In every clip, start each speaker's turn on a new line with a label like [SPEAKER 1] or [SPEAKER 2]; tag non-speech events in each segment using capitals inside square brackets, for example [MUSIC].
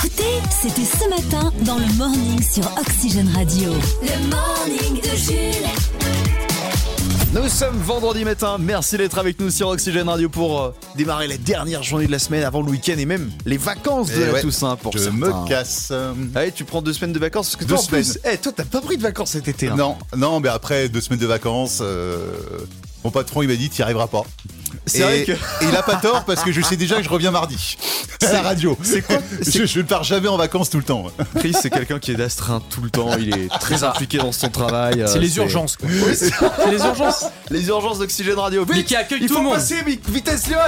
[SPEAKER 1] C'était ce matin dans le morning sur Oxygène Radio. Le morning de Jules.
[SPEAKER 2] Nous sommes vendredi matin, merci d'être avec nous sur Oxygène Radio pour euh, démarrer la dernière journée de la semaine avant le week-end et même les vacances de
[SPEAKER 3] Eh
[SPEAKER 2] la
[SPEAKER 3] ouais,
[SPEAKER 2] Toussaint pour
[SPEAKER 3] Je
[SPEAKER 2] certains.
[SPEAKER 3] me casse.
[SPEAKER 2] Allez, tu prends deux semaines de vacances parce que
[SPEAKER 3] Deux
[SPEAKER 2] toi en plus,
[SPEAKER 3] semaines.
[SPEAKER 2] eh, toi t'as pas pris de vacances cet été. hein.
[SPEAKER 3] Non, non, mais après deux semaines de vacances, euh, mon patron il m'a dit t'y arriveras pas.
[SPEAKER 2] C'est
[SPEAKER 3] et,
[SPEAKER 2] vrai que-
[SPEAKER 3] et [LAUGHS] il a pas tort parce que je sais déjà que je reviens mardi. C'est la radio.
[SPEAKER 2] C'est [LAUGHS] quoi C'est-
[SPEAKER 3] Je, je ne pars jamais en vacances tout le temps.
[SPEAKER 2] Chris, c'est quelqu'un qui est d'astreint tout le temps, il est très impliqué dans son travail. euh,
[SPEAKER 4] C'est les
[SPEAKER 2] [LAUGHS]
[SPEAKER 4] urgences. quoi. C'est les urgences.
[SPEAKER 2] Les urgences d'Oxygène Radio. Vite,
[SPEAKER 4] Mais qui accueille
[SPEAKER 2] il
[SPEAKER 4] tout
[SPEAKER 2] faut
[SPEAKER 4] le monde.
[SPEAKER 2] passer, vi- vitesse Léon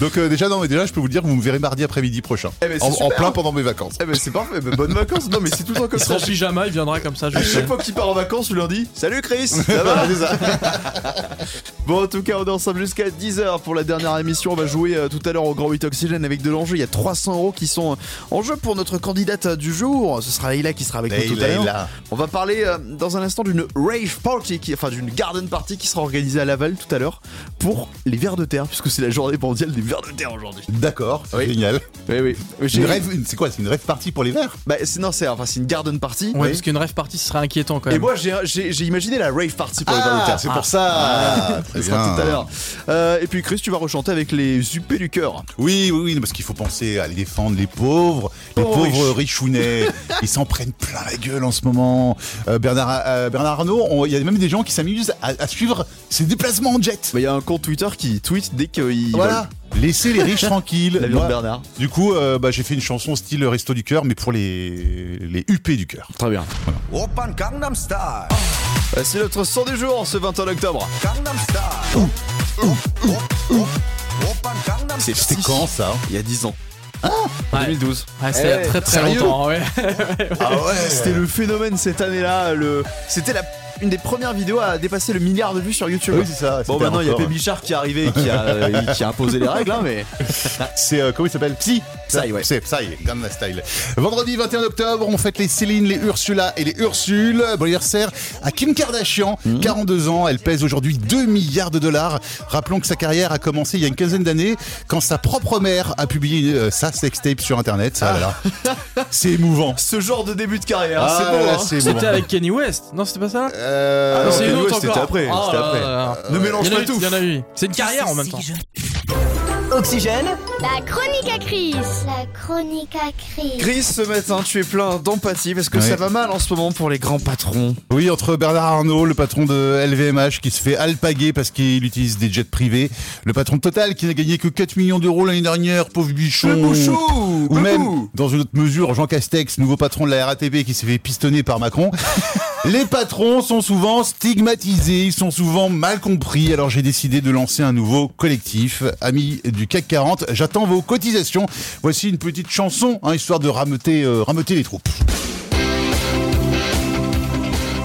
[SPEAKER 3] Donc euh, déjà non, mais déjà je peux vous le dire, vous me verrez mardi après-midi prochain,
[SPEAKER 2] Eh ben, c'est
[SPEAKER 3] en,
[SPEAKER 2] super.
[SPEAKER 3] en plein pendant mes vacances.
[SPEAKER 2] Eh ben c'est parfait, ben, bonnes vacances. Non mais c'est tout le temps comme
[SPEAKER 4] Il sera
[SPEAKER 2] ça.
[SPEAKER 4] en pyjama, il viendra comme ça. Je
[SPEAKER 2] À
[SPEAKER 4] sais.
[SPEAKER 2] chaque fois qu'il part en vacances, je leur dis Salut Chris Ça va Bon, en tout cas, on est ensemble jusqu'à 10h pour la dernière émission. On va jouer euh, tout à l'heure au Grand 8 Oxygène avec de l'enjeu. Il y a 300 euros qui sont euh, en jeu pour notre candidate euh, du jour. Ce sera Leïla qui sera avec nous tout à l'heure.
[SPEAKER 3] Leïla.
[SPEAKER 2] On va parler euh, dans un instant d'une rave party, qui, enfin d'une garden party qui sera organisée à Laval tout à l'heure pour les vers de terre, puisque c'est la journée mondiale des vers de terre aujourd'hui.
[SPEAKER 3] D'accord, c'est génial.
[SPEAKER 2] Oui, oui. J'ai-
[SPEAKER 3] Eh Une rêve, une- c'est quoi C'est une rêve partie pour les verts
[SPEAKER 2] Bah, c'est, non, c'est, enfin, c'est une garden party.
[SPEAKER 4] Ouais, parce qu'une rêve partie ce serait inquiétant quand
[SPEAKER 2] Et
[SPEAKER 4] même.
[SPEAKER 2] moi, j'ai, j'ai- j'ai imaginé la rave party pour les vers de terre.
[SPEAKER 3] Ah, c'est pour ça.
[SPEAKER 2] Ce
[SPEAKER 3] Très
[SPEAKER 2] sera
[SPEAKER 3] bien.
[SPEAKER 2] tout à l'heure. Euh, et puis Chris, tu vas rechanter avec les huppés du cœur.
[SPEAKER 3] Oui, oui, oui, parce qu'il faut penser à les défendre, les pauvres, les
[SPEAKER 2] Pauvres
[SPEAKER 3] pauvres richounets.
[SPEAKER 2] [LAUGHS]
[SPEAKER 3] Ils s'en prennent plein la gueule en ce moment. Euh, Bernard, euh, Bernard Arnault, on- il y a même des gens qui s'amusent à, à suivre ses déplacements en jet.
[SPEAKER 2] Bah, Il y a un compte Twitter qui tweet dès qu'il.
[SPEAKER 3] voilà. Laissez
[SPEAKER 2] [LAUGHS]
[SPEAKER 3] les riches tranquilles.
[SPEAKER 2] La viande
[SPEAKER 3] Moi,
[SPEAKER 2] Bernard.
[SPEAKER 3] Du coup, euh, bah, j'ai fait une chanson style Resto du cœur, mais pour les, les huppés du cœur.
[SPEAKER 2] Très bien.
[SPEAKER 5] 오빤 강남 스타일
[SPEAKER 2] Euh, C'est notre 100 du jour ce 21 octobre.
[SPEAKER 5] 강남 스타일 오빤 강남 스타일
[SPEAKER 3] C'était quand ça
[SPEAKER 2] Il y a 10 ans.
[SPEAKER 4] Ouais.
[SPEAKER 2] 2012.
[SPEAKER 4] Ouais, c'est il y a
[SPEAKER 2] Eh,
[SPEAKER 4] très très
[SPEAKER 2] sérieux
[SPEAKER 4] longtemps. ouais.
[SPEAKER 3] Ah ouais
[SPEAKER 2] C'était le phénomène cette année-là. Le... C'était la... une des premières vidéos à dépasser le milliard de vues sur YouTube.
[SPEAKER 3] Oui, c'est ça.
[SPEAKER 2] Bon,
[SPEAKER 3] c'était
[SPEAKER 2] maintenant, il y a
[SPEAKER 3] encore-
[SPEAKER 2] Baby Shark qui est arrivé et qui a, euh, qui a imposé les règles, hein, mais.
[SPEAKER 3] C'est euh, comment il s'appelle Psy
[SPEAKER 2] Psy, ouais.
[SPEAKER 3] C'est Psy, Gangnam Style. Vendredi 21 octobre, on fête les Céline, les Ursula et les Ursules. Bon anniversaire à Kim Kardashian,
[SPEAKER 2] Hmm.
[SPEAKER 3] 42 ans. Elle pèse aujourd'hui 2 milliards de dollars. Rappelons que sa carrière a commencé il y a une quinzaine d'années quand sa propre mère a publié euh, sa sextape sur Internet. Ah là là.
[SPEAKER 2] [LAUGHS]
[SPEAKER 3] C'est émouvant.
[SPEAKER 2] Ce genre de début de carrière,
[SPEAKER 3] Ah
[SPEAKER 2] [LAUGHS] c'est beau.
[SPEAKER 3] là,
[SPEAKER 2] hein.
[SPEAKER 3] c'est émouvant.
[SPEAKER 4] C'était avec Kenny West. Non, c'était pas ça.
[SPEAKER 3] Euh,
[SPEAKER 4] Ah Non,
[SPEAKER 2] non,
[SPEAKER 4] c'est une
[SPEAKER 2] Kanye
[SPEAKER 4] autre
[SPEAKER 2] West,
[SPEAKER 4] encore.
[SPEAKER 2] c'était après,
[SPEAKER 4] Oh
[SPEAKER 2] c'était
[SPEAKER 4] là
[SPEAKER 2] après.
[SPEAKER 4] là là.
[SPEAKER 2] Ne mélange
[SPEAKER 4] Il y en a
[SPEAKER 2] pas
[SPEAKER 4] eu,
[SPEAKER 2] tout.
[SPEAKER 4] Il y en a eu. C'est une carrière Ah, en même temps.
[SPEAKER 6] Oxygène
[SPEAKER 7] La chronique à Chris. La chronique à Chris.
[SPEAKER 2] Chris, ce matin, tu es plein d'empathie parce que
[SPEAKER 3] Ouais.
[SPEAKER 2] ça va mal en ce moment pour les grands patrons.
[SPEAKER 3] Oui, entre Bernard Arnault, le patron de LVMH, qui se fait alpaguer parce qu'il utilise des jets privés, le patron de Total, qui n'a gagné que 4 millions d'euros l'année dernière, pauvre bichon. Ou même, dans une autre mesure, Jean Castex, nouveau patron de la RATP, qui s'est fait pistonner par Macron. Les patrons sont souvent stigmatisés, ils sont souvent mal compris, alors j'ai décidé de lancer un nouveau collectif, amis du CAC 40, j'attends vos cotisations. Voici une petite chanson, hein, histoire de rameuter, euh, rameuter les troupes.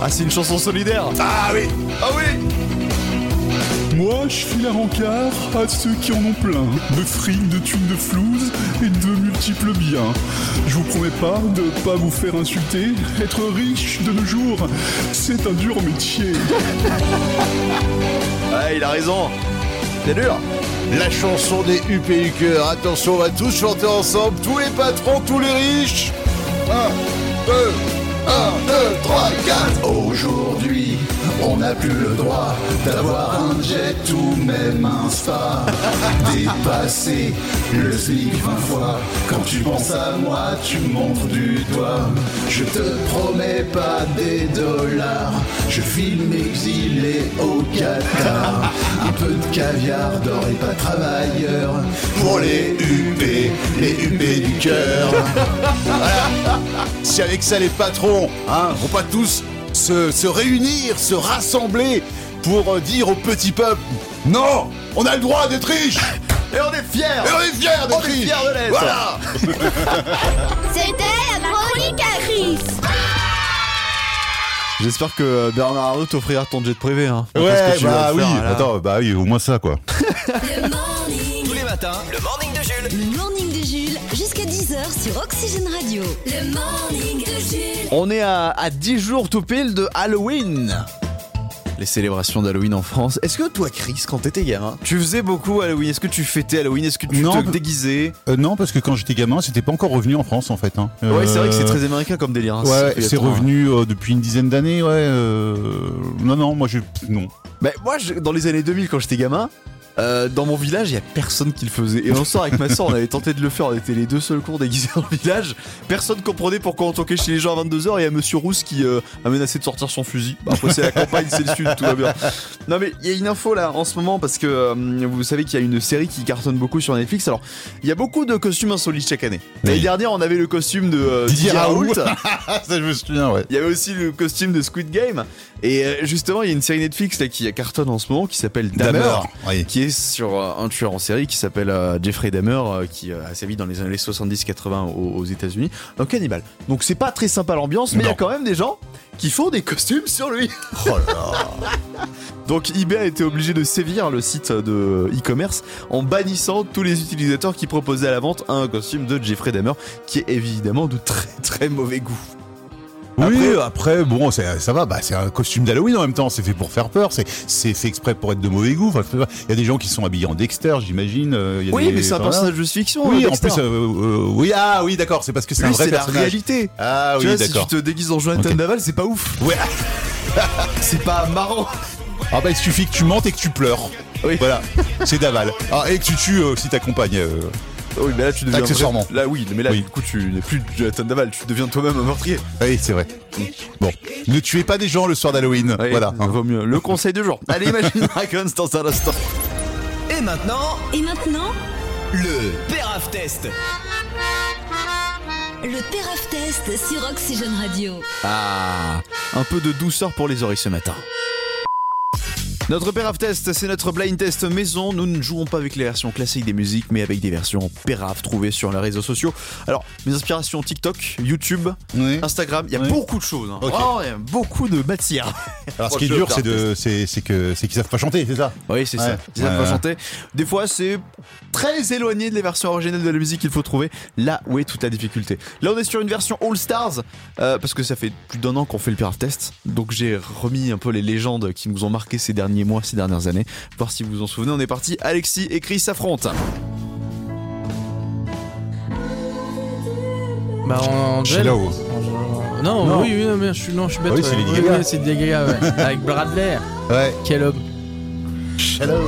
[SPEAKER 2] Ah, c'est une chanson solidaire.
[SPEAKER 3] Ah oui
[SPEAKER 2] Ah oui
[SPEAKER 3] Moi, je file un rencard à ceux qui en ont plein. De fric, de thunes, de flouze et de multiples biens. Je vous promets pas de pas vous faire insulter. Être riche de nos jours, c'est un dur métier.
[SPEAKER 2] Ah, il a raison. C'est dur.
[SPEAKER 3] La chanson des UPU cœur. Attention, on va tous chanter ensemble. Tous les patrons, tous les riches. 1, 2, 1, 2, 3, 4. Aujourd'hui, on n'a plus le droit d'avoir un jet ou même un spa. Dépasser le SMIC 20 fois. Quand tu penses à moi, tu me montres du doigt. Je te promets pas des dollars. Je filme exilé au Qatar. Un peu de caviar, d'or et pas travailleur. Pour les UP, les UP du cœur. Si avec ça les patrons, hein, vont pas tous se, se réunir, se rassembler pour euh, dire au petit peuple Non, on a le droit d'être riche
[SPEAKER 2] Et on est fiers.
[SPEAKER 3] Et on est fiers
[SPEAKER 2] On
[SPEAKER 3] d'être
[SPEAKER 2] est
[SPEAKER 3] riche
[SPEAKER 2] fiers de l'être.
[SPEAKER 3] Voilà
[SPEAKER 7] C'était la chronique à Chris.
[SPEAKER 2] J'espère que euh, Bernard Arnault t'offrira ton jet privé. Hein. Parce que tu vas le faire, là.
[SPEAKER 3] bah oui, au moins ça quoi.
[SPEAKER 1] Le morning.
[SPEAKER 5] tous les matins le morning de Jules
[SPEAKER 1] Le morning de Jules jusqu'à 10h sur Oxygène Radio. Le morning de Jules.
[SPEAKER 2] On est à, à 10 jours tout pile de Halloween. les célébrations d'Halloween en France. Est-ce que toi, Chris, quand t'étais gamin, tu faisais beaucoup Halloween Est-ce que tu fêtais Halloween Est-ce que tu
[SPEAKER 3] Non.
[SPEAKER 2] te déguisais
[SPEAKER 3] Euh, non, parce que quand j'étais gamin, c'était pas encore revenu en France en fait. hein.
[SPEAKER 2] Ouais, c'est vrai que c'est
[SPEAKER 3] Euh,
[SPEAKER 2] très américain comme délire. hein,
[SPEAKER 3] Ouais,
[SPEAKER 2] ça,
[SPEAKER 3] c'est
[SPEAKER 2] attends.
[SPEAKER 3] revenu euh, depuis une dizaine d'années, ouais. euh, Non, non, moi je.
[SPEAKER 2] [LAUGHS]
[SPEAKER 3] Non.
[SPEAKER 2] Bah, moi, je- dans les années 2000, quand j'étais gamin, euh, dans mon village, il y a personne qui le faisait. Et un soir, avec ma soeur, on avait tenté de le faire. On était les deux seuls cons déguisés dans le village. Personne comprenait pourquoi on toquait chez les gens à 22h. Et il y a Monsieur Rousse qui euh, a menacé de sortir son fusil. Bah, après, c'est la campagne, c'est le sud, tout va bien. Non, mais il y a une info là en ce moment parce que euh, vous savez qu'il y a une série qui cartonne beaucoup sur Netflix. Alors, il y a beaucoup de costumes insolites chaque année. L'année dernière, on avait le costume de euh,
[SPEAKER 3] Didier
[SPEAKER 2] Didier
[SPEAKER 3] Raoult.
[SPEAKER 2] Raoult.
[SPEAKER 3] Ah, ça, je me souviens, ouais.
[SPEAKER 2] Il y avait aussi le costume de Squid Game. Et euh, justement, il y a une série Netflix là, qui cartonne en ce moment qui s'appelle Dahmer.
[SPEAKER 3] Oui.
[SPEAKER 2] Qui est sur euh, un tueur en série qui s'appelle euh, Jeffrey Dahmer, euh, qui euh, a sa vie dans les années 70-80 aux, aux États-Unis, un cannibale. Donc c'est pas très sympa l'ambiance, mais il y a
[SPEAKER 3] Non.
[SPEAKER 2] quand même des gens qui font des costumes sur lui. [LAUGHS] Donc eBay a été obligé de sévir le site de e-commerce en bannissant tous les utilisateurs qui proposaient à la vente un costume de Jeffrey Dahmer, qui est évidemment de très très mauvais goût.
[SPEAKER 3] Oui, après, bon, c'est- ça va, bah, c'est un costume d'Halloween en même temps, c'est fait pour faire peur, c'est- c'est fait exprès pour être de mauvais goût. enfin, je sais pas. Il y a des gens qui sont habillés en Dexter, j'imagine. euh, il y a
[SPEAKER 2] Oui,
[SPEAKER 3] des-
[SPEAKER 2] mais c'est un
[SPEAKER 3] enfin, voilà.
[SPEAKER 2] personnage de fiction.
[SPEAKER 3] Oui,
[SPEAKER 2] euh,
[SPEAKER 3] en
[SPEAKER 2] Dexter.
[SPEAKER 3] plus, euh, euh, oui, ah oui, d'accord, c'est parce que c'est
[SPEAKER 2] Lui,
[SPEAKER 3] un vrai
[SPEAKER 2] c'est la
[SPEAKER 3] personnage.
[SPEAKER 2] réalité.
[SPEAKER 3] Ah
[SPEAKER 2] tu
[SPEAKER 3] oui,
[SPEAKER 2] vois, si
[SPEAKER 3] d'accord.
[SPEAKER 2] tu te déguises en Jonathan
[SPEAKER 3] Ok.
[SPEAKER 2] Daval, c'est pas ouf.
[SPEAKER 3] Ouais.
[SPEAKER 2] [LAUGHS] C'est pas marrant.
[SPEAKER 3] Ah bah il suffit que tu mentes et que tu pleures.
[SPEAKER 2] Oui. [LAUGHS]
[SPEAKER 3] Voilà, c'est d'aval. Ah, et que tu tues euh, aussi ta compagne. euh.
[SPEAKER 2] Oui, mais là, tu deviens.
[SPEAKER 3] Accessoirement.
[SPEAKER 2] Là, oui, mais là,
[SPEAKER 3] Oui.
[SPEAKER 2] du coup, tu n'es plus Jonathan Daval, tu deviens toi-même un meurtrier.
[SPEAKER 3] Oui, c'est vrai. Bon, ne tuez pas des gens le soir d'Halloween.
[SPEAKER 2] Oui,
[SPEAKER 3] Voilà. hein.
[SPEAKER 2] ça vaut mieux. Le conseil du jour. Allez, imagine Dragons dans un instant.
[SPEAKER 5] Et maintenant,
[SPEAKER 1] Et maintenant,
[SPEAKER 5] le Pérave Test.
[SPEAKER 1] le Teraf Test sur Oxygène Radio.
[SPEAKER 2] Ah, un peu de douceur pour les oreilles ce matin. Notre Pérave Test, c'est notre blind test maison. Nous ne jouons pas avec les versions classiques des musiques, mais avec des versions Pérave trouvées sur les réseaux sociaux. Alors, mes inspirations TikTok, YouTube,
[SPEAKER 3] Oui.
[SPEAKER 2] Instagram, il y a
[SPEAKER 3] Oui.
[SPEAKER 2] beaucoup de choses. hein.
[SPEAKER 3] Ok.
[SPEAKER 2] Vraiment, il y a beaucoup de matière.
[SPEAKER 3] Alors ce qui est dur, c'est de, c'est, c'est que, c'est qu'ils savent pas chanter, c'est ça.
[SPEAKER 2] Oui, c'est
[SPEAKER 3] Ouais.
[SPEAKER 2] ça. Ils savent
[SPEAKER 3] Ouais,
[SPEAKER 2] pas
[SPEAKER 3] ouais.
[SPEAKER 2] chanter. Des fois, c'est très éloigné des versions originales de la musique qu'il faut trouver. Là où est toute la difficulté. Là, on est sur une version All Stars, euh, parce que ça fait plus d'un an qu'on fait le Pirate Test. Donc, j'ai remis un peu les légendes qui nous ont marqué ces derniers mois, ces dernières années. Voir si vous vous en souvenez. On est parti. Alexis et Chris s'affrontent.
[SPEAKER 4] Bah, en en duel.
[SPEAKER 3] Hello.
[SPEAKER 4] Non,
[SPEAKER 3] Non.
[SPEAKER 4] oui, oui, non, mais je suis, non, je suis bête.
[SPEAKER 3] Ah oui, c'est
[SPEAKER 4] ouais.
[SPEAKER 3] Lady
[SPEAKER 4] Oui,
[SPEAKER 3] Gaga.
[SPEAKER 4] oui, c'est Lady Gaga, ouais.
[SPEAKER 2] [LAUGHS]
[SPEAKER 4] Avec Bradley.
[SPEAKER 3] Ouais.
[SPEAKER 4] Quel homme.
[SPEAKER 3] Hello.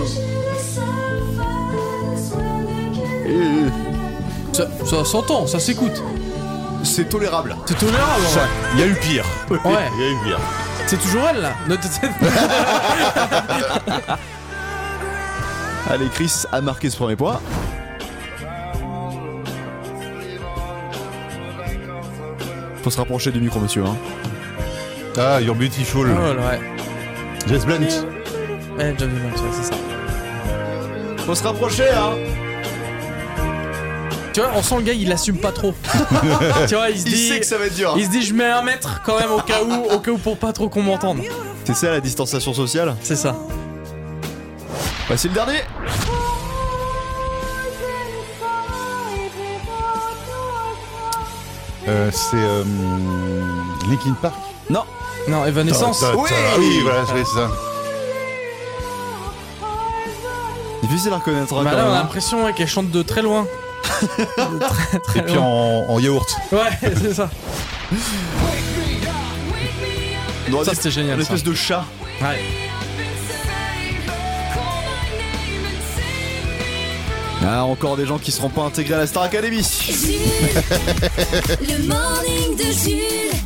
[SPEAKER 4] Ça, ça s'entend, ça s'écoute.
[SPEAKER 2] C'est tolérable.
[SPEAKER 4] C'est tolérable. en vrai.
[SPEAKER 3] Il y a eu pire.
[SPEAKER 4] Ouais.
[SPEAKER 3] Il y a eu pire.
[SPEAKER 4] C'est toujours elle là. Notre
[SPEAKER 2] [LAUGHS]
[SPEAKER 4] tête.
[SPEAKER 2] Allez, Chris a marqué ce premier point. Faut se rapprocher du micro, monsieur. Hein.
[SPEAKER 3] Ah, Your Beautiful.
[SPEAKER 4] ouais.
[SPEAKER 3] Jess Blunt.
[SPEAKER 4] Ouais, Johnny Mann, ouais, c'est ça.
[SPEAKER 2] Faut se rapprocher, hein.
[SPEAKER 4] Tu vois, on sent le gars, il assume
[SPEAKER 2] [LAUGHS]
[SPEAKER 4] pas trop. tu vois, il se
[SPEAKER 2] Il
[SPEAKER 4] dit.
[SPEAKER 2] sait que ça va être dur. hein.
[SPEAKER 4] Il se dit, je mets un mètre quand même au cas où, au cas où pour pas trop qu'on m'entende.
[SPEAKER 2] C'est ça la distanciation sociale
[SPEAKER 4] C'est ça.
[SPEAKER 2] Bah, c'est le dernier
[SPEAKER 3] Euh, c'est euh, Linkin Park.
[SPEAKER 2] Non
[SPEAKER 4] Non, Evanescence.
[SPEAKER 3] Ta- ta- ta-
[SPEAKER 2] Oui.
[SPEAKER 3] oui, voilà, c'est ça.
[SPEAKER 2] Difficile à reconnaître. hein,
[SPEAKER 4] Bah
[SPEAKER 2] quand
[SPEAKER 4] là, on a
[SPEAKER 2] même, hein.
[SPEAKER 4] l'impression ouais, qu'elle chante de très loin. De très, très
[SPEAKER 3] Et puis en,
[SPEAKER 4] loin.
[SPEAKER 3] en yaourt.
[SPEAKER 4] Ouais, [LAUGHS] c'est ça.
[SPEAKER 2] On aurait
[SPEAKER 4] Ça,
[SPEAKER 2] dit-
[SPEAKER 4] c'était génial,
[SPEAKER 2] Une
[SPEAKER 4] ça.
[SPEAKER 2] espèce de chat.
[SPEAKER 4] Ouais.
[SPEAKER 2] Ah, encore des gens qui seront pas intégrés à la Star Academy.
[SPEAKER 1] Jules, le morning de Jules.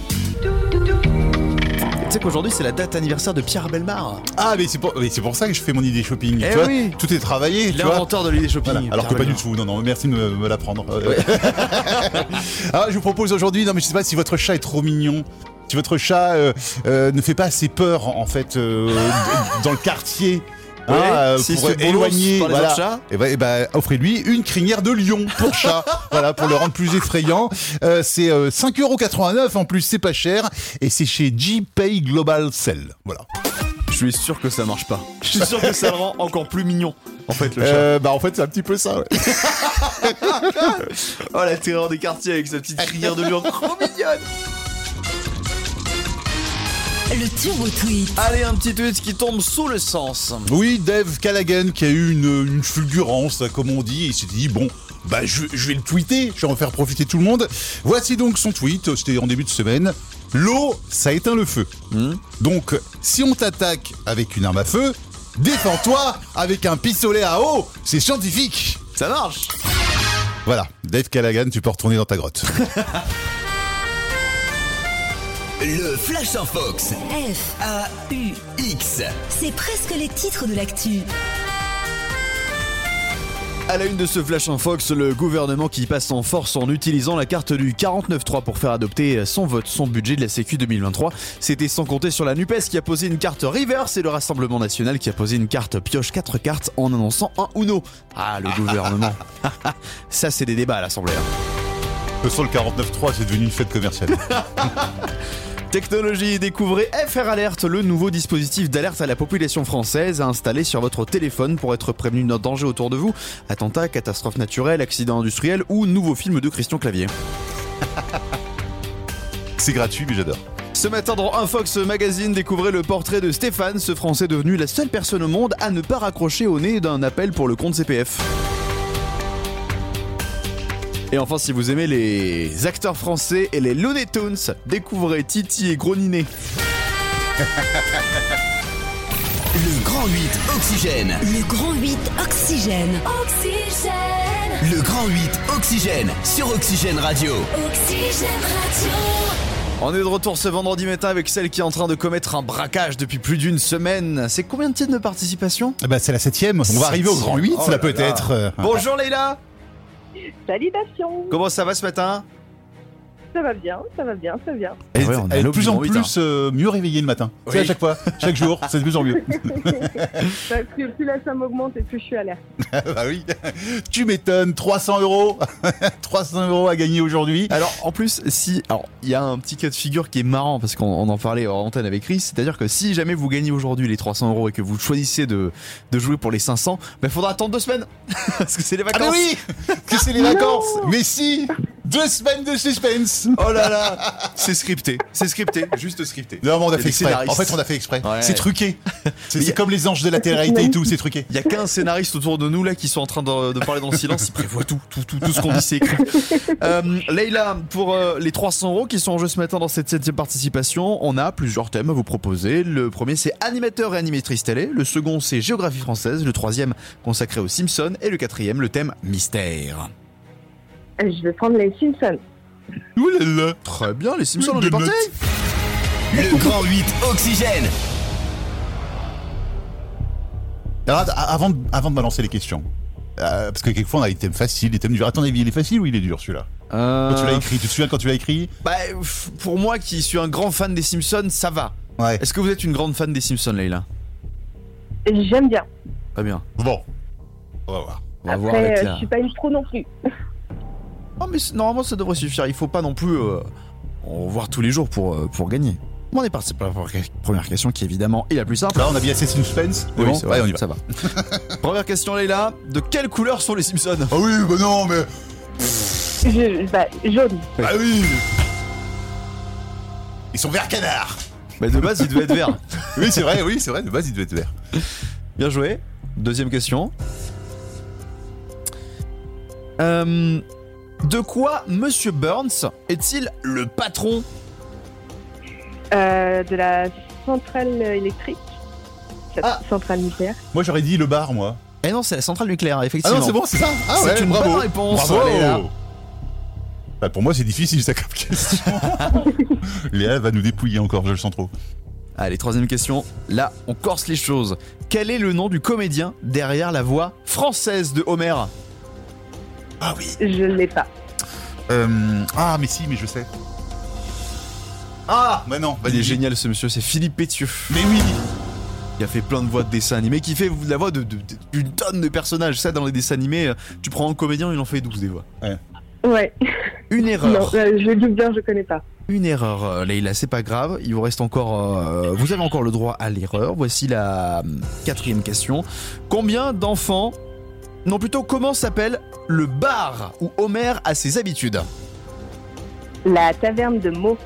[SPEAKER 2] Tu sais qu'aujourd'hui, c'est la date anniversaire de Pierre Belmar.
[SPEAKER 3] Ah, mais c'est pour, mais c'est pour ça que je fais mon idée shopping.
[SPEAKER 2] Eh
[SPEAKER 3] tu vois,
[SPEAKER 2] oui.
[SPEAKER 3] tout est travaillé. Tu vois.
[SPEAKER 2] L'inventeur de l'idée shopping.
[SPEAKER 3] Voilà, alors que pas du tout, non, non, merci de me, me l'apprendre. Euh, [LAUGHS] ah, je vous propose aujourd'hui, non mais je sais pas si votre chat est trop mignon, si votre chat euh, euh, ne fait pas assez peur en fait euh, d- dans le quartier.
[SPEAKER 2] Ouais,
[SPEAKER 3] euh,
[SPEAKER 2] s'il
[SPEAKER 3] pour
[SPEAKER 2] se bolosse
[SPEAKER 3] éloigner
[SPEAKER 2] par les
[SPEAKER 3] voilà.
[SPEAKER 2] autres chats.
[SPEAKER 3] et ben, eh ben, offrez-lui une crinière de lion
[SPEAKER 2] [LAUGHS]
[SPEAKER 3] pour chat voilà pour le rendre plus effrayant Euh, c'est euh, 5,89€ en plus c'est pas cher et c'est chez G-Pay Global Cell voilà
[SPEAKER 2] Je suis sûr que ça marche pas. Je suis sûr que ça le rend encore plus mignon. En fait, le chat.
[SPEAKER 3] Euh, bah en fait c'est un petit peu ça ouais.
[SPEAKER 2] Oh la terreur [LAUGHS] des quartiers avec sa petite crinière de lion trop mignonne
[SPEAKER 1] le turbo tweet.
[SPEAKER 2] Allez, un petit tweet qui tombe sous le sens.
[SPEAKER 3] Oui, Dave Callaghan qui a eu une, une fulgurance, là, comme on dit, et il s'est dit bon. Bah, je, je vais le tweeter, je vais en faire profiter tout le monde. Voici donc son tweet, c'était en début de semaine. L'eau, ça éteint le feu. Donc, si on t'attaque avec une arme à feu, défends-toi avec un pistolet à eau, c'est scientifique.
[SPEAKER 2] Ça marche
[SPEAKER 3] Voilà, Dave Callaghan, tu peux retourner dans ta [LAUGHS] grotte.
[SPEAKER 5] Le Flash en Fox.
[SPEAKER 1] F,
[SPEAKER 5] X.
[SPEAKER 1] c'est presque les titres de l'actu.
[SPEAKER 2] À la une de ce Flash en Fox, le gouvernement qui passe en force en utilisant la carte du 49.3 pour faire adopter son vote, son budget de la Sécu 2023. C'était sans compter sur la NUPES qui a posé une carte reverse et le Rassemblement National qui a posé une carte pioche 4 cartes en annonçant un Uno. Ah, le gouvernement. Ça, c'est des débats à l'Assemblée. hein.
[SPEAKER 3] Le sol 49.3, c'est devenu une fête commerciale.
[SPEAKER 2] Technologie, découvrez FR Alert, le nouveau dispositif d'alerte à la population française à installer sur votre téléphone pour être prévenu d'un danger autour de vous, attentat, catastrophe naturelle, accident industriel ou nouveau film de Christian Clavier.
[SPEAKER 3] C'est gratuit, mais j'adore.
[SPEAKER 2] Ce matin dans Infox Magazine, découvrez le portrait de Stéphane, ce Français devenu la seule personne au monde à ne pas raccrocher au nez d'un appel pour le compte CPF. Et enfin, si vous aimez les acteurs français et les Looney Tunes, découvrez Titi et Groninet.
[SPEAKER 5] Le Grand 8 Oxygène.
[SPEAKER 1] Le grand 8 oxygène. Oxygène.
[SPEAKER 5] Le Grand 8 Oxygène sur Oxygène Radio.
[SPEAKER 1] Oxygène Radio.
[SPEAKER 2] On est de retour ce vendredi matin avec celle qui est en train de commettre un braquage depuis plus d'une semaine. C'est combien de titres de participation
[SPEAKER 3] Ah bah, c'est la septième. On va arriver au grand 8,
[SPEAKER 2] Oh
[SPEAKER 3] là,
[SPEAKER 2] là
[SPEAKER 3] peut-être. Euh,
[SPEAKER 2] Bonjour Leïla
[SPEAKER 8] Salutations
[SPEAKER 2] Comment ça va ce matin
[SPEAKER 8] Ça va bien, ça va bien, ça va bien.
[SPEAKER 3] Elle,
[SPEAKER 2] Ah ouais, on est
[SPEAKER 3] elle est de
[SPEAKER 2] allé au
[SPEAKER 3] plus en
[SPEAKER 2] numéro huit,
[SPEAKER 3] plus euh, mieux réveillée le matin. Tu sais, à chaque fois, chaque jour, c'est de plus en
[SPEAKER 2] [LAUGHS]
[SPEAKER 3] mieux.
[SPEAKER 8] Parce que plus la somme augmente et plus je suis à l'air.
[SPEAKER 2] Ah
[SPEAKER 3] bah oui, [LAUGHS] tu m'étonnes, 300 euros, [LAUGHS] 300 euros à gagner aujourd'hui. Ah
[SPEAKER 2] Alors en plus, si. Alors il y a un petit cas de figure qui est marrant parce qu'on on en parlait en antenne avec Chris, c'est-à-dire que si jamais vous gagnez aujourd'hui les 300 euros et que vous choisissez de, de jouer pour les 500, il faudra attendre deux semaines [LAUGHS] parce que c'est les
[SPEAKER 3] Ah
[SPEAKER 2] vacances.
[SPEAKER 3] bah oui, que c'est les vacances. Mais si, deux semaines de suspense.
[SPEAKER 2] Oh là là C'est scripté, c'est scripté, juste scripté.
[SPEAKER 3] Non, mais on
[SPEAKER 2] Il y a
[SPEAKER 3] a fait
[SPEAKER 2] des
[SPEAKER 3] exprès. En
[SPEAKER 2] scénaristes.
[SPEAKER 3] fait, on a fait exprès.
[SPEAKER 2] Ouais.
[SPEAKER 3] C'est truqué. C'est
[SPEAKER 2] Mais y
[SPEAKER 3] c'est
[SPEAKER 2] a-
[SPEAKER 3] comme les
[SPEAKER 2] [LAUGHS]
[SPEAKER 3] anges de la télé-réalité et tout, c'est truqué.
[SPEAKER 2] Il y a qu'un scénariste autour de nous là qui sont en train de, de parler dans le silence, ils prévoient tout, tout, tout, tout ce qu'on dit c'est écrit. Euh, Leïla, pour euh, les 300 euros qui sont en jeu ce matin dans cette septième participation, on a plusieurs thèmes à vous proposer. Le premier c'est animateur et animatrice télé, le second c'est géographie française, le troisième consacré aux Simpsons et le quatrième le thème mystère.
[SPEAKER 8] Euh, Je vais prendre les Simpsons.
[SPEAKER 3] Ouh là là.
[SPEAKER 2] Très bien, les Simpsons on est
[SPEAKER 3] Des
[SPEAKER 2] parti
[SPEAKER 3] notes.
[SPEAKER 5] Le Grand 8 Oxygène.
[SPEAKER 3] Alors, att- avant, de- avant de balancer les questions, euh, parce que quelquefois on a des thèmes faciles, des thèmes durs. Attends, il est facile ou il est dur celui-là Quand tu l'as écrit, tu te souviens quand tu l'as écrit
[SPEAKER 2] Euh, Bah, pff, pour moi qui suis un grand fan des Simpsons, ça va.
[SPEAKER 3] Ouais.
[SPEAKER 2] Est-ce que vous êtes une grande fan des Simpsons Leïla
[SPEAKER 8] J'aime bien.
[SPEAKER 2] Très bien.
[SPEAKER 3] Bon, on va voir.
[SPEAKER 2] On va voir avec
[SPEAKER 8] Après, euh,
[SPEAKER 2] la-
[SPEAKER 8] je suis pas une pro non plus.
[SPEAKER 2] Oh mais c- normalement ça devrait suffire, il faut pas non plus euh, en voir tous les jours pour, euh, pour gagner. Bon, on est parti pour la pre- première question qui évidemment est la plus simple.
[SPEAKER 3] Là, on a bien assez de suspense. c'est
[SPEAKER 2] Oui,
[SPEAKER 3] bon
[SPEAKER 2] c'est vrai,
[SPEAKER 3] Allez, on y va.
[SPEAKER 2] ça va. [LAUGHS] première question Leïla, de quelle couleur sont les Simpsons
[SPEAKER 3] Ah oui, bah non, mais.
[SPEAKER 8] Je, je- bah, jaune.
[SPEAKER 3] Ah oui Ils sont verts canard
[SPEAKER 2] Bah de base ils devaient être verts.
[SPEAKER 3] Oui, c'est vrai, oui, c'est vrai, de base, ils devaient être verts.
[SPEAKER 2] Bien joué. Deuxième question. Euh, de quoi Monsieur Burns est-il le patron
[SPEAKER 8] Euh, de la centrale électrique. Cette
[SPEAKER 2] Ah.
[SPEAKER 8] Centrale nucléaire.
[SPEAKER 3] Moi, j'aurais dit le bar, moi.
[SPEAKER 2] Eh non, c'est la centrale nucléaire,
[SPEAKER 3] Ah
[SPEAKER 2] effectivement.
[SPEAKER 3] non, c'est bon, c'est ça Ah
[SPEAKER 2] C'est
[SPEAKER 3] ouais,
[SPEAKER 2] une
[SPEAKER 3] bravo
[SPEAKER 2] bonne réponse, Léa.
[SPEAKER 3] Bravo bah, Pour moi, c'est difficile, ça, comme [LAUGHS] question. Léa va nous dépouiller encore, je le sens trop.
[SPEAKER 2] Allez, troisième question. Là, on corse les choses. Quel est le nom du comédien derrière la voix française de Homer
[SPEAKER 3] Ah oui
[SPEAKER 8] Je ne l'ai pas.
[SPEAKER 3] euh, Ah, mais si, mais je sais. Ah Bah non, vas-y.
[SPEAKER 2] Il est génial ce monsieur, c'est Philippe Pétieux.
[SPEAKER 3] Mais oui
[SPEAKER 2] Il a fait plein de voix de dessins animés, qui fait la voix de- de- de- d'une tonne de personnages. Ça, dans les dessins animés, euh, tu prends un comédien, il en fait 12 des voix.
[SPEAKER 8] Ouais. [LAUGHS]
[SPEAKER 2] Une
[SPEAKER 8] Non,
[SPEAKER 2] erreur.
[SPEAKER 8] euh, je doute bien, je connais pas.
[SPEAKER 2] Une erreur, euh, Leïla, c'est pas grave. Il vous reste encore. euh, vous avez encore le droit à l'erreur. Voici la euh, quatrième question. Combien d'enfants. Non, plutôt, comment s'appelle le bar où Homer a ses habitudes
[SPEAKER 8] La taverne de Meaux.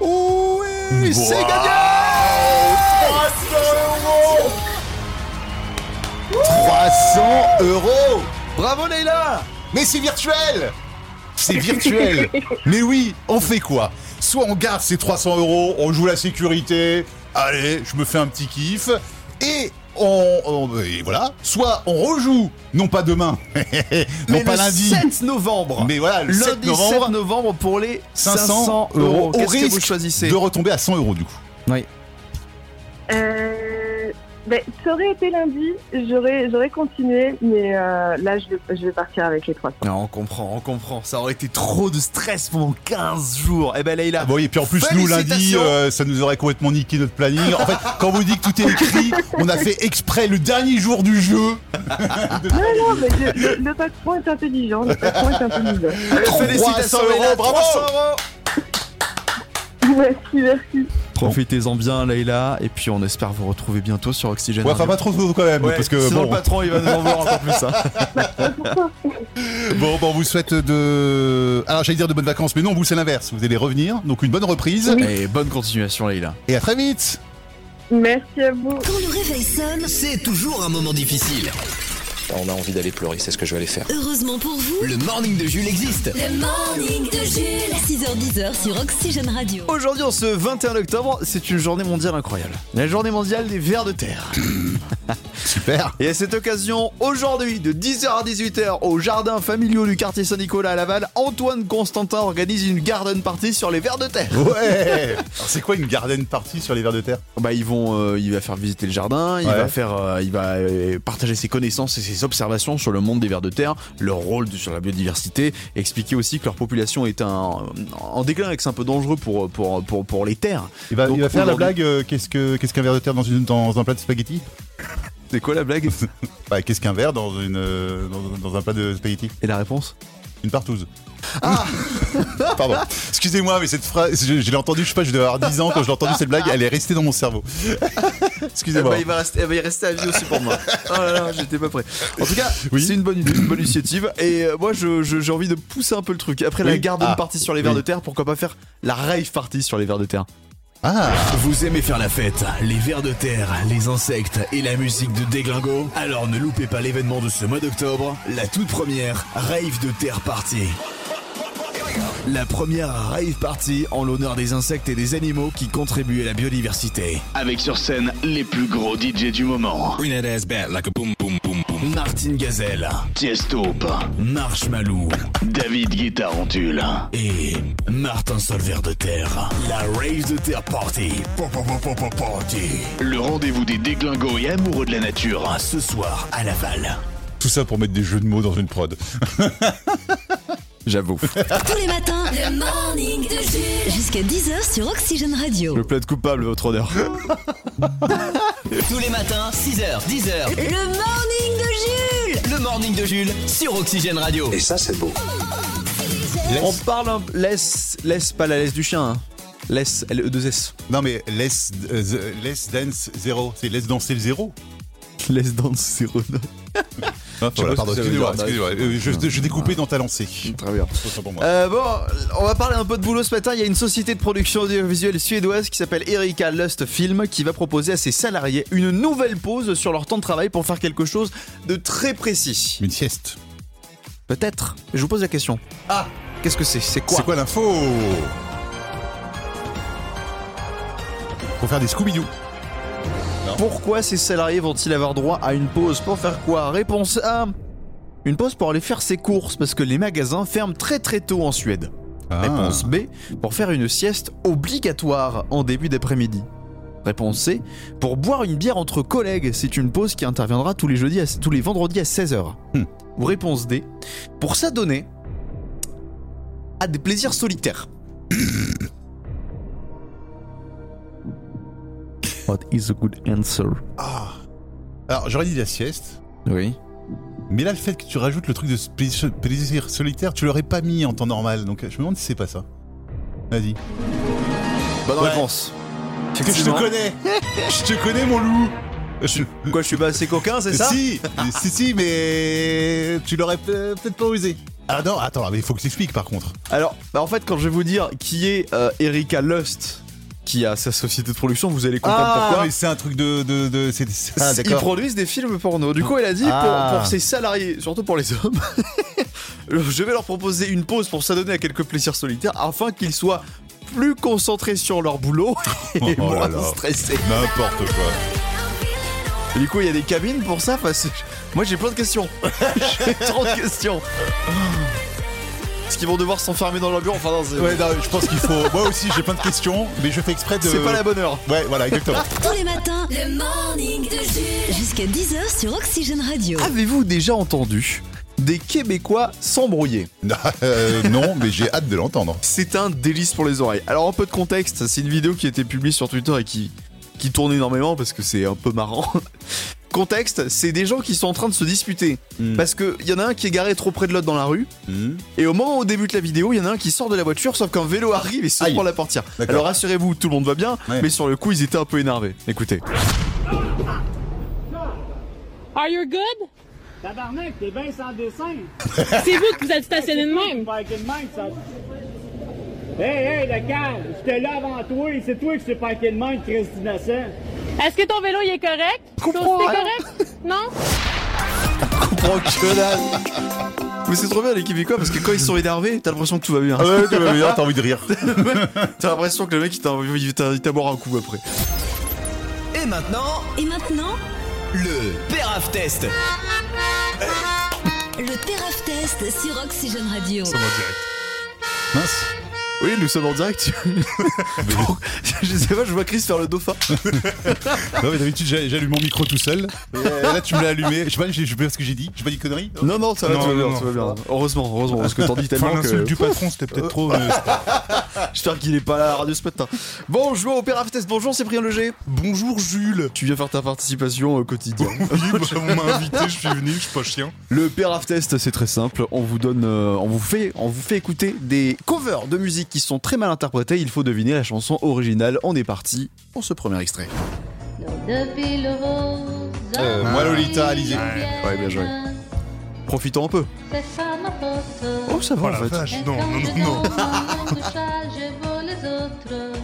[SPEAKER 2] Ouais C'est
[SPEAKER 3] Wow.
[SPEAKER 2] gagné
[SPEAKER 3] 300 euros
[SPEAKER 2] Bravo Leïla
[SPEAKER 3] Mais c'est virtuel C'est virtuel [LAUGHS] Mais oui, on fait quoi Soit on garde ces 300 euros, on joue la sécurité, allez, je me fais un petit kiff, et on... on- et voilà. Soit on rejoue, non pas demain, [LAUGHS] non
[SPEAKER 2] Mais
[SPEAKER 3] pas
[SPEAKER 2] le
[SPEAKER 3] lundi,
[SPEAKER 2] 7 novembre
[SPEAKER 3] mais voilà, le
[SPEAKER 2] Lundi
[SPEAKER 3] 7 novembre,
[SPEAKER 2] novembre pour les
[SPEAKER 3] 500,
[SPEAKER 2] 500
[SPEAKER 3] euros.
[SPEAKER 2] euros.
[SPEAKER 3] On
[SPEAKER 2] Qu'est-ce que vous
[SPEAKER 3] risque
[SPEAKER 2] choisissez
[SPEAKER 3] de retomber à 100 euros du coup.
[SPEAKER 8] [LAUGHS] Euh, ben, ça aurait été lundi, j'aurais, j'aurais continué, mais euh, là, je vais, je vais partir avec les 300.
[SPEAKER 2] Non, on comprend, on comprend. Ça aurait été trop de stress pendant 15 jours. Eh ben Leïla,
[SPEAKER 3] Ah bon, et puis en plus, nous, lundi,
[SPEAKER 2] Félicitations.
[SPEAKER 3] euh, ça nous aurait complètement niqué notre planning. En fait, quand vous dites que tout est écrit, on a fait exprès le dernier jour du jeu.
[SPEAKER 8] Non, non, mais je- le, le patron est intelligent, le patron est intelligent.
[SPEAKER 3] 300
[SPEAKER 2] félicitations
[SPEAKER 3] euros,
[SPEAKER 2] Leïla,
[SPEAKER 3] bravo
[SPEAKER 2] 300 euros
[SPEAKER 8] Merci, merci.
[SPEAKER 2] Profitez-en bien Leïla, et puis on espère vous retrouver bientôt sur Oxygène.
[SPEAKER 3] Ouais, enfin, pas trop tôt quand même,
[SPEAKER 2] Ouais,
[SPEAKER 3] parce que
[SPEAKER 2] sinon
[SPEAKER 3] bon,
[SPEAKER 2] le patron il va nous en voir encore plus hein.
[SPEAKER 3] [LAUGHS]
[SPEAKER 2] ça.
[SPEAKER 3] bon, bon, on vous souhaite de. Alors, j'allais dire de bonnes vacances, mais non, vous, c'est l'inverse. Vous allez revenir, donc une bonne reprise,
[SPEAKER 2] Et bonne continuation Leïla.
[SPEAKER 3] et à très vite.
[SPEAKER 8] Merci à vous.
[SPEAKER 1] Quand le réveil sonne,
[SPEAKER 5] C'est toujours un moment difficile.
[SPEAKER 9] On a envie d'aller pleurer, c'est ce que je vais aller faire.
[SPEAKER 1] heureusement pour vous,
[SPEAKER 5] Le morning de Jules existe.
[SPEAKER 1] le morning de Jules. 6h10 sur Oxygène Radio.
[SPEAKER 2] Aujourd'hui, en ce 21 octobre, c'est une journée mondiale incroyable. La journée mondiale des vers de terre.
[SPEAKER 3] Super.
[SPEAKER 2] Et à cette occasion, aujourd'hui, de 10h à 18h, au jardin familiaux du quartier Saint-Nicolas à Laval, Antoine Constantin organise une garden party sur les vers de terre.
[SPEAKER 3] Ouais. Alors, c'est quoi une garden party sur les vers de terre
[SPEAKER 2] Bah ils vont, euh, il va faire visiter le jardin, il
[SPEAKER 3] Ouais.
[SPEAKER 2] va faire, euh, il va euh, partager ses connaissances et ses observations sur le monde des vers de terre, leur rôle de- sur la biodiversité, expliquer aussi que leur population est un, en déclin et que c'est un peu dangereux pour pour pour, pour les terres.
[SPEAKER 3] Il va,
[SPEAKER 2] Donc,
[SPEAKER 3] il va faire la
[SPEAKER 2] aujourd'hui-
[SPEAKER 3] blague euh, qu'est-ce que qu'est-ce qu'un verre de terre dans, une, dans un plat de spaghettis
[SPEAKER 2] C'est quoi la blague
[SPEAKER 3] Bah, qu'est-ce qu'un verre dans, une, euh, dans, dans un plat de spaghettis
[SPEAKER 2] Et la réponse
[SPEAKER 3] Une partouze. Ah [LAUGHS] Pardon. Excusez-moi, mais cette phrase, je, je l'ai entendue, je sais pas, je devais avoir 10 ans quand je l'ai entendue, cette blague, elle est restée dans mon cerveau. Excusez-moi.
[SPEAKER 2] Eh ben, va rester, y rester à vie aussi pour moi. Oh là là, j'étais pas prêt. En tout cas,
[SPEAKER 3] Oui.
[SPEAKER 2] c'est une bonne idée, une bonne initiative. Et euh, moi, je- je- j'ai envie de pousser un peu le truc. Après la
[SPEAKER 3] Oui.
[SPEAKER 2] garden
[SPEAKER 3] Ah.
[SPEAKER 2] party sur les vers
[SPEAKER 3] Oui.
[SPEAKER 2] de terre, pourquoi pas faire la rave party sur les vers de terre
[SPEAKER 3] Ah
[SPEAKER 5] Vous aimez faire la fête, les vers de terre, les insectes et la musique de Déglingo Alors ne loupez pas l'événement de ce mois d'octobre, la toute première Rave de Terre Party. La première rave party en l'honneur des insectes et des animaux qui contribuent à la biodiversité. Avec sur scène les plus gros DJ du moment. Martin Gazelle, Tiestope, Marshmallow, David Guitarantule et Martin Solver de Terre. La Rave de Terre Party. Le rendez-vous des déglingos et amoureux de la nature ce soir à Laval.
[SPEAKER 3] Tout ça pour mettre des jeux de mots dans une prod.
[SPEAKER 2] J'avoue. [LAUGHS]
[SPEAKER 1] Tous les matins, le morning de Jules. Jusqu'à 10h sur Oxygène Radio.
[SPEAKER 2] Le plat de coupable, votre honneur.
[SPEAKER 5] Tous les matins, 6h, 10h,
[SPEAKER 1] Le morning de Jules.
[SPEAKER 5] le morning de Jules sur Oxygène Radio.
[SPEAKER 9] Et ça, c'est beau.
[SPEAKER 2] On parle un p- laisse laisse pas la laisse du chien. hein. Laisse L E 2 S. [LAUGHS]
[SPEAKER 3] Non mais laisse, euh, the- laisse dance zéro, c'est laisse danser le zéro.
[SPEAKER 2] Laisse dans c'est Renaud.
[SPEAKER 3] Hein, voilà,
[SPEAKER 2] pas
[SPEAKER 3] pardon,
[SPEAKER 2] ce que ça veut
[SPEAKER 3] excusez-moi,
[SPEAKER 2] dire,
[SPEAKER 3] excusez-moi, euh, je, je découpais dans ta lancée.
[SPEAKER 2] Très bien.
[SPEAKER 3] Autant pour moi.
[SPEAKER 2] Euh, bon, on va parler un peu de boulot ce matin. Il y a une société de production audiovisuelle suédoise qui s'appelle Erika Lust Film qui va proposer à ses salariés une nouvelle pause sur leur temps de travail pour faire quelque chose de très précis.
[SPEAKER 3] Une sieste.
[SPEAKER 2] Peut-être. Je vous pose la question. Ah, qu'est-ce que c'est C'est quoi
[SPEAKER 3] C'est quoi l'info Pour faire des Scooby-Doo.
[SPEAKER 2] Pourquoi ces salariés vont-ils avoir droit à une pause Pour faire quoi Réponse A. Une pause pour aller faire ses courses parce que les magasins ferment très très tôt en Suède.
[SPEAKER 3] Ah.
[SPEAKER 2] Réponse B. Pour faire une sieste obligatoire en début d'après-midi. Réponse C. Pour boire une bière entre collègues, c'est une pause qui interviendra tous les, jeudis à- tous les vendredis à 16h.
[SPEAKER 3] Hmm.
[SPEAKER 2] Ou réponse D. Pour s'adonner à des plaisirs solitaires. What is a good answer?
[SPEAKER 3] Ah. Alors j'aurais dit la sieste.
[SPEAKER 2] Oui.
[SPEAKER 3] Mais là, le fait que tu rajoutes le truc de sp- plaisir solitaire, tu l'aurais pas mis en temps normal, donc je me demande si c'est pas ça. Vas-y.
[SPEAKER 2] Bonne
[SPEAKER 3] Ouais.
[SPEAKER 2] réponse.
[SPEAKER 3] Que je te connais Je te connais, mon loup Je-
[SPEAKER 2] Quoi, je suis pas assez coquin, c'est ça
[SPEAKER 3] Si Si, si, mais tu l'aurais pe- peut-être pas osé. Ah non, attends, mais il faut que tu expliques par contre.
[SPEAKER 2] Alors, bah en fait, quand je vais vous dire qui est euh, Erika Lust, qui a sa société de production, vous allez comprendre
[SPEAKER 3] Ah,
[SPEAKER 2] pourquoi.
[SPEAKER 3] mais c'est un truc de. de, de- c'est- c'est-
[SPEAKER 10] Ah,
[SPEAKER 2] Ils
[SPEAKER 10] d'accord.
[SPEAKER 2] produisent des films porno. Du coup, elle a dit pour-
[SPEAKER 10] Ah.
[SPEAKER 2] pour, ses salariés, surtout pour les hommes, [LAUGHS] je vais leur proposer une pause pour s'adonner à quelques plaisirs solitaires afin qu'ils soient plus concentrés sur leur boulot [LAUGHS] et
[SPEAKER 3] Oh là
[SPEAKER 2] moins
[SPEAKER 3] là.
[SPEAKER 2] stressés.
[SPEAKER 3] N'importe quoi.
[SPEAKER 2] Et du coup, il y a des cabines pour ça. Enfin, c'est- moi, j'ai plein de questions. [LAUGHS] j'ai trop de questions. Est-ce qu'ils vont devoir s'enfermer dans leur bureau Enfin, non, c'est
[SPEAKER 3] Ouais, non, je pense qu'il faut. Moi aussi, j'ai plein de questions, mais je fais exprès de.
[SPEAKER 2] c'est pas la bonne heure.
[SPEAKER 3] Ouais, voilà, [LAUGHS] exactement.
[SPEAKER 1] Tous les matins, le morning de Jules. Jusqu'à 10h sur Oxygène Radio.
[SPEAKER 2] Avez-vous déjà entendu des Québécois s'embrouiller
[SPEAKER 3] Euh, non, mais j'ai hâte de l'entendre.
[SPEAKER 2] C'est un délice pour les oreilles. Alors, un peu de contexte, c'est une vidéo qui a été publiée sur Twitter et qui, qui tourne énormément parce que c'est un peu marrant. [LAUGHS] Contexte, c'est des gens qui sont en train de se disputer.
[SPEAKER 3] Mm.
[SPEAKER 2] Parce qu'il y en a un qui est garé trop près de l'autre dans la rue. Et au moment où débute la vidéo, il y en a un qui sort de la voiture, sauf qu'un vélo arrive et se
[SPEAKER 3] Aïe.
[SPEAKER 2] prend la portière.
[SPEAKER 3] D'accord.
[SPEAKER 2] Alors rassurez-vous, tout le monde va bien,
[SPEAKER 3] Ouais.
[SPEAKER 2] mais sur le coup, ils étaient un peu énervés. Écoutez.
[SPEAKER 11] Are you good? Tabarnak, t'es bien sans dessin. C'est vous que vous êtes stationné de même. Est-ce que ton vélo, il est correct? T'es correct? Non?
[SPEAKER 2] Comprends que dalle. Mais c'est trop bien les Québécois parce que quand ils sont énervés, t'as l'impression que tout va bien.
[SPEAKER 3] Ouais, t'as t'as envie de rire.
[SPEAKER 2] [LAUGHS] T'as l'impression que le mec il t'a il t'a- il t'a boire un coup après.
[SPEAKER 5] Et maintenant,
[SPEAKER 1] Et maintenant,
[SPEAKER 5] le Peraf Test.
[SPEAKER 1] le Teraf Test sur Oxygène Radio.
[SPEAKER 3] Mince.
[SPEAKER 2] Oui, nous sommes en [LAUGHS] direct. je sais pas, je vois Chris faire le dauphin.
[SPEAKER 3] [LAUGHS] Non, mais d'habitude, j'a- j'allume mon micro tout seul. Et là, tu me l'as allumé. Je sais pas, j'ai- je sais pas ce que j'ai dit. J'ai pas dit de conneries
[SPEAKER 2] Non, non, ça va,
[SPEAKER 3] Non,
[SPEAKER 2] tout va
[SPEAKER 3] non,
[SPEAKER 2] bien,
[SPEAKER 3] non.
[SPEAKER 2] tout va bien. Heureusement, heureusement, parce que t'en dis tellement que.
[SPEAKER 3] patron, c'était peut-être trop. euh,
[SPEAKER 2] [LAUGHS] J'espère qu'il est pas là à la radio ce matin. Bonjour au Père Vitesse, bonjour Cyprien Leger. Bonjour Jules. Tu viens faire ta participation euh, au quotidien.
[SPEAKER 3] on m'a invité, je suis venu, je suis pas chien.
[SPEAKER 2] Le Peraf Test, c'est très simple. On vous donne, euh, on vous fait, on vous fait écouter des covers de musique qui sont très mal interprétées. Il faut deviner la chanson originale. On est parti pour ce premier extrait.
[SPEAKER 3] Euh, moi, Lolita, Alizé.
[SPEAKER 2] Ouais, bien joué. Profitons un peu. Oh, ça va en fait.
[SPEAKER 3] Non, non, non, non.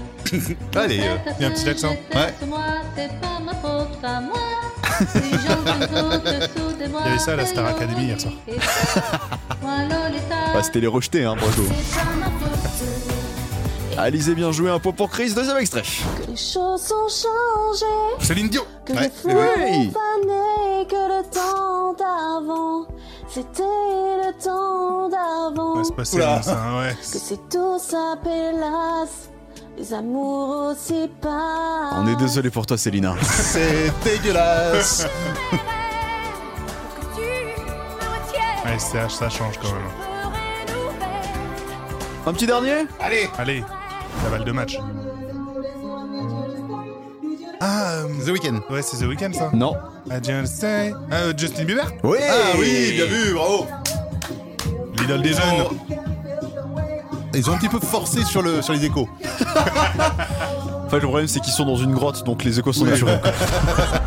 [SPEAKER 8] [LAUGHS]
[SPEAKER 3] Allez, euh, il y a un petit accent. Ouais.
[SPEAKER 11] Il y avait ça à la Star Academy hier soir.
[SPEAKER 2] Bah, c'était les rejetés, hein, Braco. Alizé, bien joué. Un point pour Chris. Deuxième extrait.
[SPEAKER 7] Les choses sont changées,
[SPEAKER 3] Céline Dion.
[SPEAKER 7] que
[SPEAKER 3] Ouais.
[SPEAKER 7] les fleurs
[SPEAKER 2] Oui.
[SPEAKER 7] ont fané, que le temps d'avant, c'était le temps d'avant,
[SPEAKER 11] passé ça, ouais.
[SPEAKER 7] que c'est tout ça, pélasse, les amours aussi pas.
[SPEAKER 2] On est désolé pour toi, Célina.
[SPEAKER 3] C'est dégueulasse.
[SPEAKER 11] Ouais, ça, ça change quand même.
[SPEAKER 2] Un petit dernier
[SPEAKER 11] Allez, la balle de match.
[SPEAKER 3] Ah, The Weeknd.
[SPEAKER 11] Ouais, c'est The Weeknd ça.
[SPEAKER 2] Non.
[SPEAKER 11] Ah, Justin, ah, Justin Bieber
[SPEAKER 3] Oui. Ah oui, bien vu, bravo.
[SPEAKER 11] L'idole des jeunes.
[SPEAKER 3] Ils ont un petit peu forcé sur, le, sur les échos.
[SPEAKER 2] Enfin, le problème, c'est qu'ils sont dans une grotte, donc les échos sont
[SPEAKER 3] [LAUGHS]
[SPEAKER 2] naturels.
[SPEAKER 3] Ah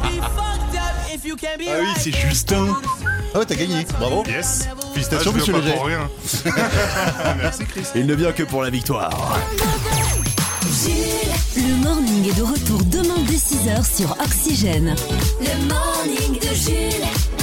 [SPEAKER 3] oui, c'est Justin. Ah ouais, t'as gagné. Bravo.
[SPEAKER 11] Yes. Ah,
[SPEAKER 3] Félicitations, monsieur Léger.
[SPEAKER 11] rien. Merci Chris.
[SPEAKER 2] Il ne vient que pour la victoire.
[SPEAKER 1] Le morning est de retour demain dès 6h sur Oxygène. Le morning de Jules.